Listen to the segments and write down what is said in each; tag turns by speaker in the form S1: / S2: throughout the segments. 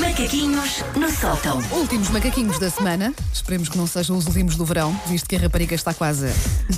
S1: Macaquinhos no sótão.
S2: Últimos macaquinhos da semana. Esperemos que não sejam os últimos do verão, visto que a rapariga está quase a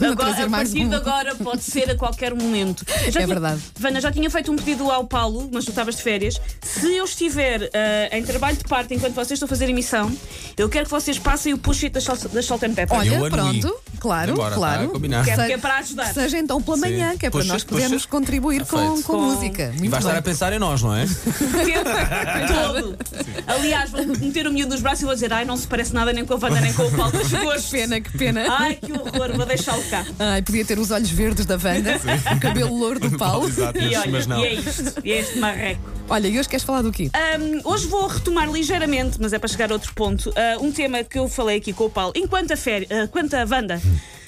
S3: Agora,
S2: trazer
S3: a
S2: mais
S3: partir
S2: um. É
S3: de agora pode ser a qualquer momento. Já tinha-
S2: verdade.
S3: Vana, já tinha feito um pedido ao Paulo, mas tu estavas de férias. Se eu estiver ah, em trabalho de parte enquanto vocês estão a fazer emissão, eu quero que vocês passem o push-it das, sal- das Salt and Pepper.
S2: Olha,
S4: Eu anuí.
S2: pronto, claro,
S4: Embora,
S2: claro.
S4: tá, combinado.
S3: Que é-
S2: Se-
S3: que é para ajudar.
S2: que Seja então pela manhã, que é para
S4: Puxa,
S2: nós
S4: puxa.
S2: podermos contribuir
S4: Está
S2: com,
S4: feito.
S2: com
S3: Com-
S2: música.
S4: E
S2: Muito
S4: vai estar
S2: bem.
S4: a pensar em nós, não é?
S3: O tempo todo. Aliás, vou meter o miúdo nos braços e vou dizer: ai, não se parece nada nem com a Vanda nem com o Paulo, mas
S2: Que
S3: gosto.
S2: pena, que pena.
S3: Ai, que horror, vou deixá-lo cá.
S2: Ai, podia ter os olhos verdes da Wanda, o cabelo louro do Paulo.
S4: Exato,
S3: E
S4: mas,
S3: olha,
S4: mas não.
S3: e é isto, e é este marreco.
S2: Olha, e hoje queres falar do quê?
S3: Um, hoje vou retomar ligeiramente, mas é para chegar a outro ponto, uh, um tema que eu falei aqui com o Paulo. Enquanto a, féri- uh, enquanto a Wanda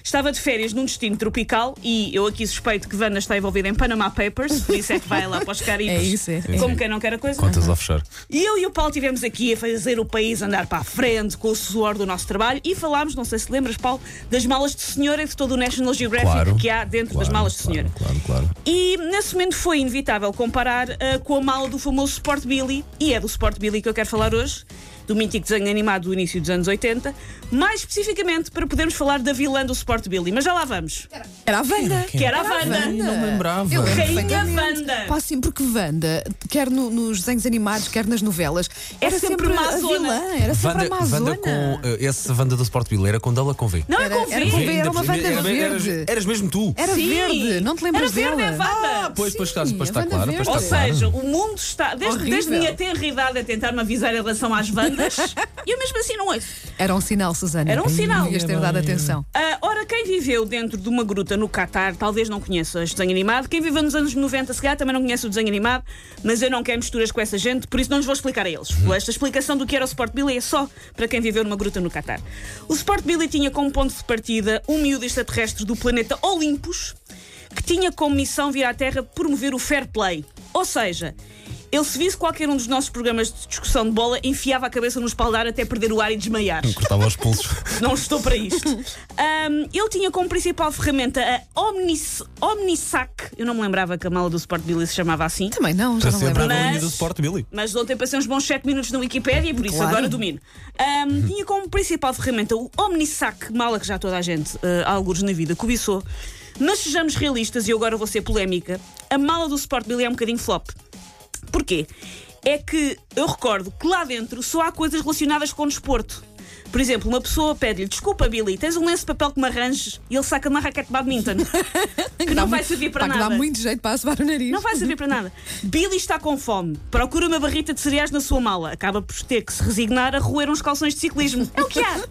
S3: estava de férias num destino tropical, e eu aqui suspeito que Wanda está envolvida em Panama Papers, por isso é que vai lá para os Caribes,
S2: É isso, é.
S3: como quem não quer a coisa.
S4: Contas offshore.
S3: E eu e o Paulo estivemos aqui a fazer o país andar para a frente com o suor do nosso trabalho e falámos, não sei se lembras, Paulo, das malas de senhora e de todo o National Geographic
S4: Claro.
S3: que há dentro das
S4: Claro,
S3: malas de senhora.
S4: Claro, claro.
S3: E nesse momento foi inevitável comparar ah, com a mala do famoso Sport Billy, e é do Sport Billy que eu quero falar hoje, do mítico desenho animado do início dos anos 80, mais especificamente para podermos falar da vilã do Sport Billy. Mas já lá vamos.
S2: Era a Wanda.
S3: Que era a Wanda.
S4: Não me lembrava.
S2: Eu lembro
S3: Rainha
S2: perfeitamente.
S3: é Wanda.
S2: Pá, sim, porque Wanda, quer no- nos desenhos animados, quer nas novelas,
S3: É
S2: era sempre,
S3: sempre uma
S2: a
S3: zona.
S2: vilã, era sempre
S4: Vanda,
S2: é a
S4: Vanda
S2: Amazona.
S4: com. eh, Esse Vanda do Sport Bill era com dela com V.
S3: Não é
S2: Era-
S3: com
S2: era
S3: V.
S2: com V, era uma
S4: Ainda por
S2: Wanda
S4: cima, era-
S2: verde.
S4: Eras, eras mesmo tu.
S2: Era
S3: Sim.
S2: verde, não te lembras
S3: Era verde,
S2: dela?
S3: é Wanda.
S4: Ah, pois, pois,
S2: sim,
S4: claro, pois
S2: a
S4: está
S2: Wanda
S4: claro. Pois
S2: verde.
S3: Ou
S4: está claro.
S3: seja, o mundo está, desde,
S2: Horrível.
S3: desde minha tenra idade, a tentar-me avisar em relação às bandas, e eu mesmo assim não ouço.
S2: Era um sinal, Susana.
S3: Era um sinal.
S2: Devias ter dado atenção.
S3: Ah, ora, quem viveu dentro de uma gruta no Catar talvez não conheça este desenho animado. Quem viveu nos anos 90, se calhar também não conhece o desenho animado, mas eu não quero misturas com essa gente, por isso não lhes vou explicar a eles. Esta explicação do que era o Sport Billy é só para quem viveu numa gruta no Catar. O Sport Billy tinha como ponto de partida um miúdo extraterrestre do planeta Olympus que tinha como missão vir à Terra promover o fair play. Ou seja, ele se visse qualquer um dos nossos programas de discussão de bola, enfiava a cabeça no espaldar até perder o ar e desmaiar
S4: Cortava os pulsos.
S3: não estou para isto. Ahm, ele tinha como principal ferramenta a Omnis, Omnisac. Eu não me lembrava que a mala do Sport Billy se chamava assim.
S2: Também não, já
S4: Para
S2: não
S4: sempre
S2: lembro.
S4: a
S3: Mas-
S4: linha do Sport Billy.
S3: Mas de ontem passei uns bons 7 minutos na Wikipédia, por isso
S2: Claro.
S3: agora domino. Ahm, tinha como principal ferramenta o Omnisac, mala que já toda a gente, eh, há alguns na vida, cobiçou. Mas sejamos realistas, e eu agora vou ser polémica, a mala do Sport Billy é um bocadinho flop. Porquê? É que eu recordo que lá dentro só há coisas relacionadas com o desporto. Por exemplo, uma pessoa pede-lhe desculpa, Billy, tens um lenço de papel que me arranjes e ele saca uma raquete de badminton. que
S2: Dá
S3: não vai
S2: muito-
S3: servir para
S2: pá, que
S3: nada.
S2: Dá muito jeito para assoar o nariz.
S3: Não vai servir para nada. Billy está com fome. Procura uma barrita de cereais na sua mala. Acaba por ter que se resignar a roer uns calções de ciclismo. É o que há.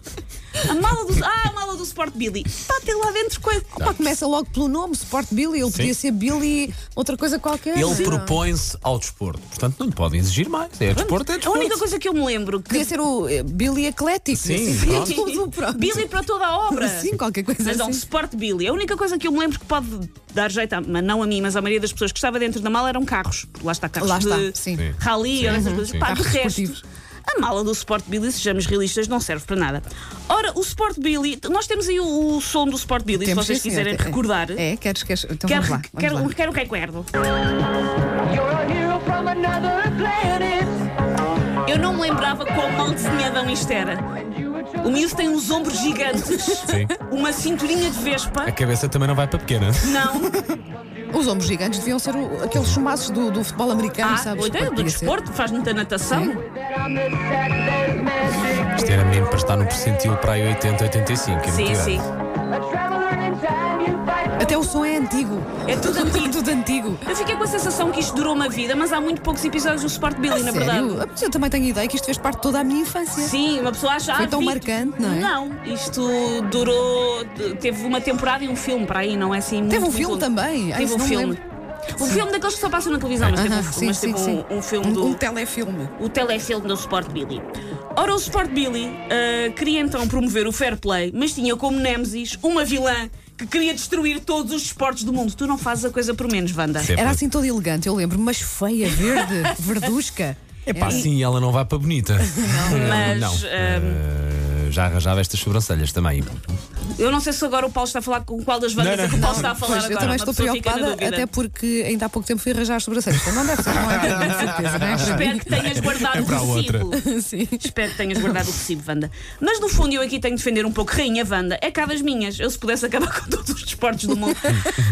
S3: A mala do, ah, a mala do Sport Billy. Está até lá dentro coisa.
S2: Pá, começa logo pelo nome, Sport Billy. Ele podia ser Billy, outra coisa qualquer.
S4: Ele
S2: Sim.
S4: propõe-se ao desporto. Portanto, não lhe podem exigir mais. É desporto, é
S3: A única
S4: desporto.
S3: coisa que eu me lembro que
S2: Podia ser o eh, Billy Eclético.
S4: Sim.
S2: assim,
S4: Pronto.
S2: tudo, pronto.
S3: Billy para toda a obra.
S2: Sim, qualquer coisa
S3: Mas não,
S2: assim.
S3: Sport Billy. É A única coisa que eu me lembro que pode dar jeito, a, mas não a mim, mas à maioria das pessoas que estava dentro da mala eram carros. Lá está carros
S2: Lá está,
S3: de
S2: sim.
S4: Sim.
S3: rally ou essas coisas.
S4: sim.
S3: Pá, de
S2: Carros
S3: resto,
S2: esportivos.
S3: a mala do Sport Billy, sejamos realistas, não serve para nada. Ora, o Sport Billy, nós temos aí o, o som do Sport Billy,
S2: Temos,
S3: se vocês
S2: sim, senhora.
S3: quiserem recordar.
S2: É, é, queres, queres. Então
S3: Quero,
S2: vamos lá. Vamos
S3: quero,
S2: lá.
S3: quero um recuerdo.
S5: You're a hero from another planet.
S3: Eu não me lembrava quão mal desenhadão isto era. O miúdo tem uns ombros gigantes,
S4: Sim. É
S3: uma cinturinha de vespa.
S4: A cabeça também não vai para pequena.
S3: Não,
S2: Os ombros gigantes deviam ser o- aqueles chumaços do, do futebol americano,
S3: Ah,
S2: sabes?
S3: ou até do
S2: Podia ser.
S3: desporto, faz muita natação.
S2: Sim.
S4: Isto era mesmo para estar no percentil para aí 80, 85. é
S3: Sim,
S4: muito
S3: sim.
S4: grande.
S5: A traveler in time, you fight
S2: Até o som é antigo.
S3: É tudo antigo.
S2: tudo antigo.
S3: Eu fiquei com a sensação que isto durou uma vida, mas há muito poucos episódios do Sport Billy,
S2: Sério?
S3: na verdade.
S2: Ah, mas Eu também tenho ideia que isto fez parte de toda a minha infância.
S3: Sim, uma pessoa acha.
S2: Foi
S3: ah,
S2: tão
S3: vi-
S2: marcante, não é?
S3: Não, isto durou. de- Teve uma temporada e um filme para aí, não é assim?
S2: Teve
S3: muito,
S2: um filme
S3: muito longo.
S2: também? Ah,
S3: Teve
S2: isso
S3: um
S2: não me
S3: filme.
S2: lembro.
S3: Um filme daqueles que só passam na televisão, mas teve um,
S2: Aham,
S3: filme- mas teve um- um filme do.
S2: Um telefilme.
S3: o telefilme do Sport Billy. Ora, o Sport Billy ah, queria então promover o fair play, mas tinha como Nemesis uma vilã que queria destruir todos os esportes do mundo. Tu não fazes a coisa por menos, Wanda.
S4: Sempre.
S2: Era assim toda elegante, eu lembro, mas feia, verde, verdusca.
S4: É pá, sim, ela não vai para bonita.
S3: É. Mas,
S4: Não.
S3: ah,
S4: Eh, eu já arranjava estas sobrancelhas também.
S3: Eu não sei se agora o Paulo está a falar com qual das bandas
S4: Não,
S3: é que o
S4: não.
S3: Paulo está a falar
S2: Pois,
S3: agora.
S2: eu também
S3: Uma
S2: estou
S3: pessoa fica na
S2: preocupada,
S3: dúvida.
S2: até porque ainda há pouco tempo fui arranjar as sobrancelhas. Então não deve ser, não é? Tenho certeza, não é?
S3: Espero que tenhas guardado
S4: É para a
S3: o
S4: outra.
S3: recibo.
S2: Sim.
S3: Espero que tenhas guardado o recibo, Wanda. Mas no fundo eu aqui tenho de defender um pouco Rainha Wanda. É cá das minhas. Eu se pudesse acabar com todos os desportos do mundo,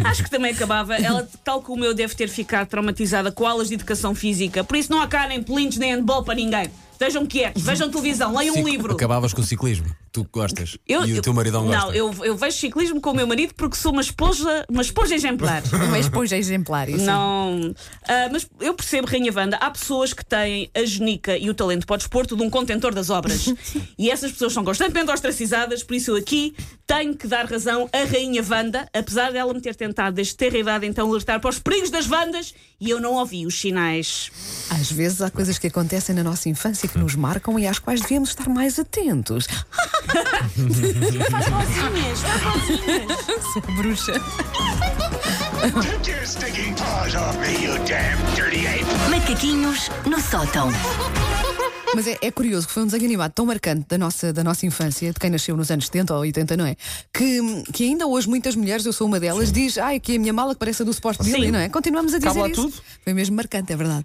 S3: acho que também acabava. Ela, tal como eu, deve ter ficado traumatizada com aulas de educação física. Por isso não há cá nem pelinhos nem handball para ninguém. Estejam quietos, vejam televisão, leiam um
S4: Cic-
S3: livro.
S4: Acabavas com o ciclismo. Tu gostas.
S3: Eu-
S4: e o
S3: eu-
S4: teu maridão gosta.
S3: Não, eu, eu vejo ciclismo com o meu marido porque sou uma esposa, uma esposa exemplar.
S2: Uma esponja exemplar. isso.
S3: Não. Ah, mas eu percebo, Rainha Wanda, há pessoas que têm a genica e o talento para o desporto de um contentor das obras. e essas pessoas são constantemente ostracizadas, por isso eu aqui tenho que dar razão à Rainha Wanda, apesar dela me ter tentado desde ter a idade então alertar para os perigos das Wandas e eu não ouvi os sinais.
S2: Às vezes há coisas que acontecem na nossa infância que nos marcam e às quais devemos estar mais atentos.
S3: Faz vozinhas, faz assim vozinhas.
S2: Bruxa.
S1: Take your stinking paws off me, you damn dirty ape!
S6: Macaquinhos no sótão.
S2: Mas é, é curioso que foi um desenho animado tão marcante da nossa, da nossa infância, de quem nasceu nos anos 70 ou 80, não é? Que, que ainda hoje muitas mulheres, eu sou uma delas, diz: Ai, que a minha mala que parece a do Sport Billy, não é? Continuamos a dizer
S4: Cabe lá
S2: isso.
S4: tudo.
S2: Foi mesmo marcante, é verdade.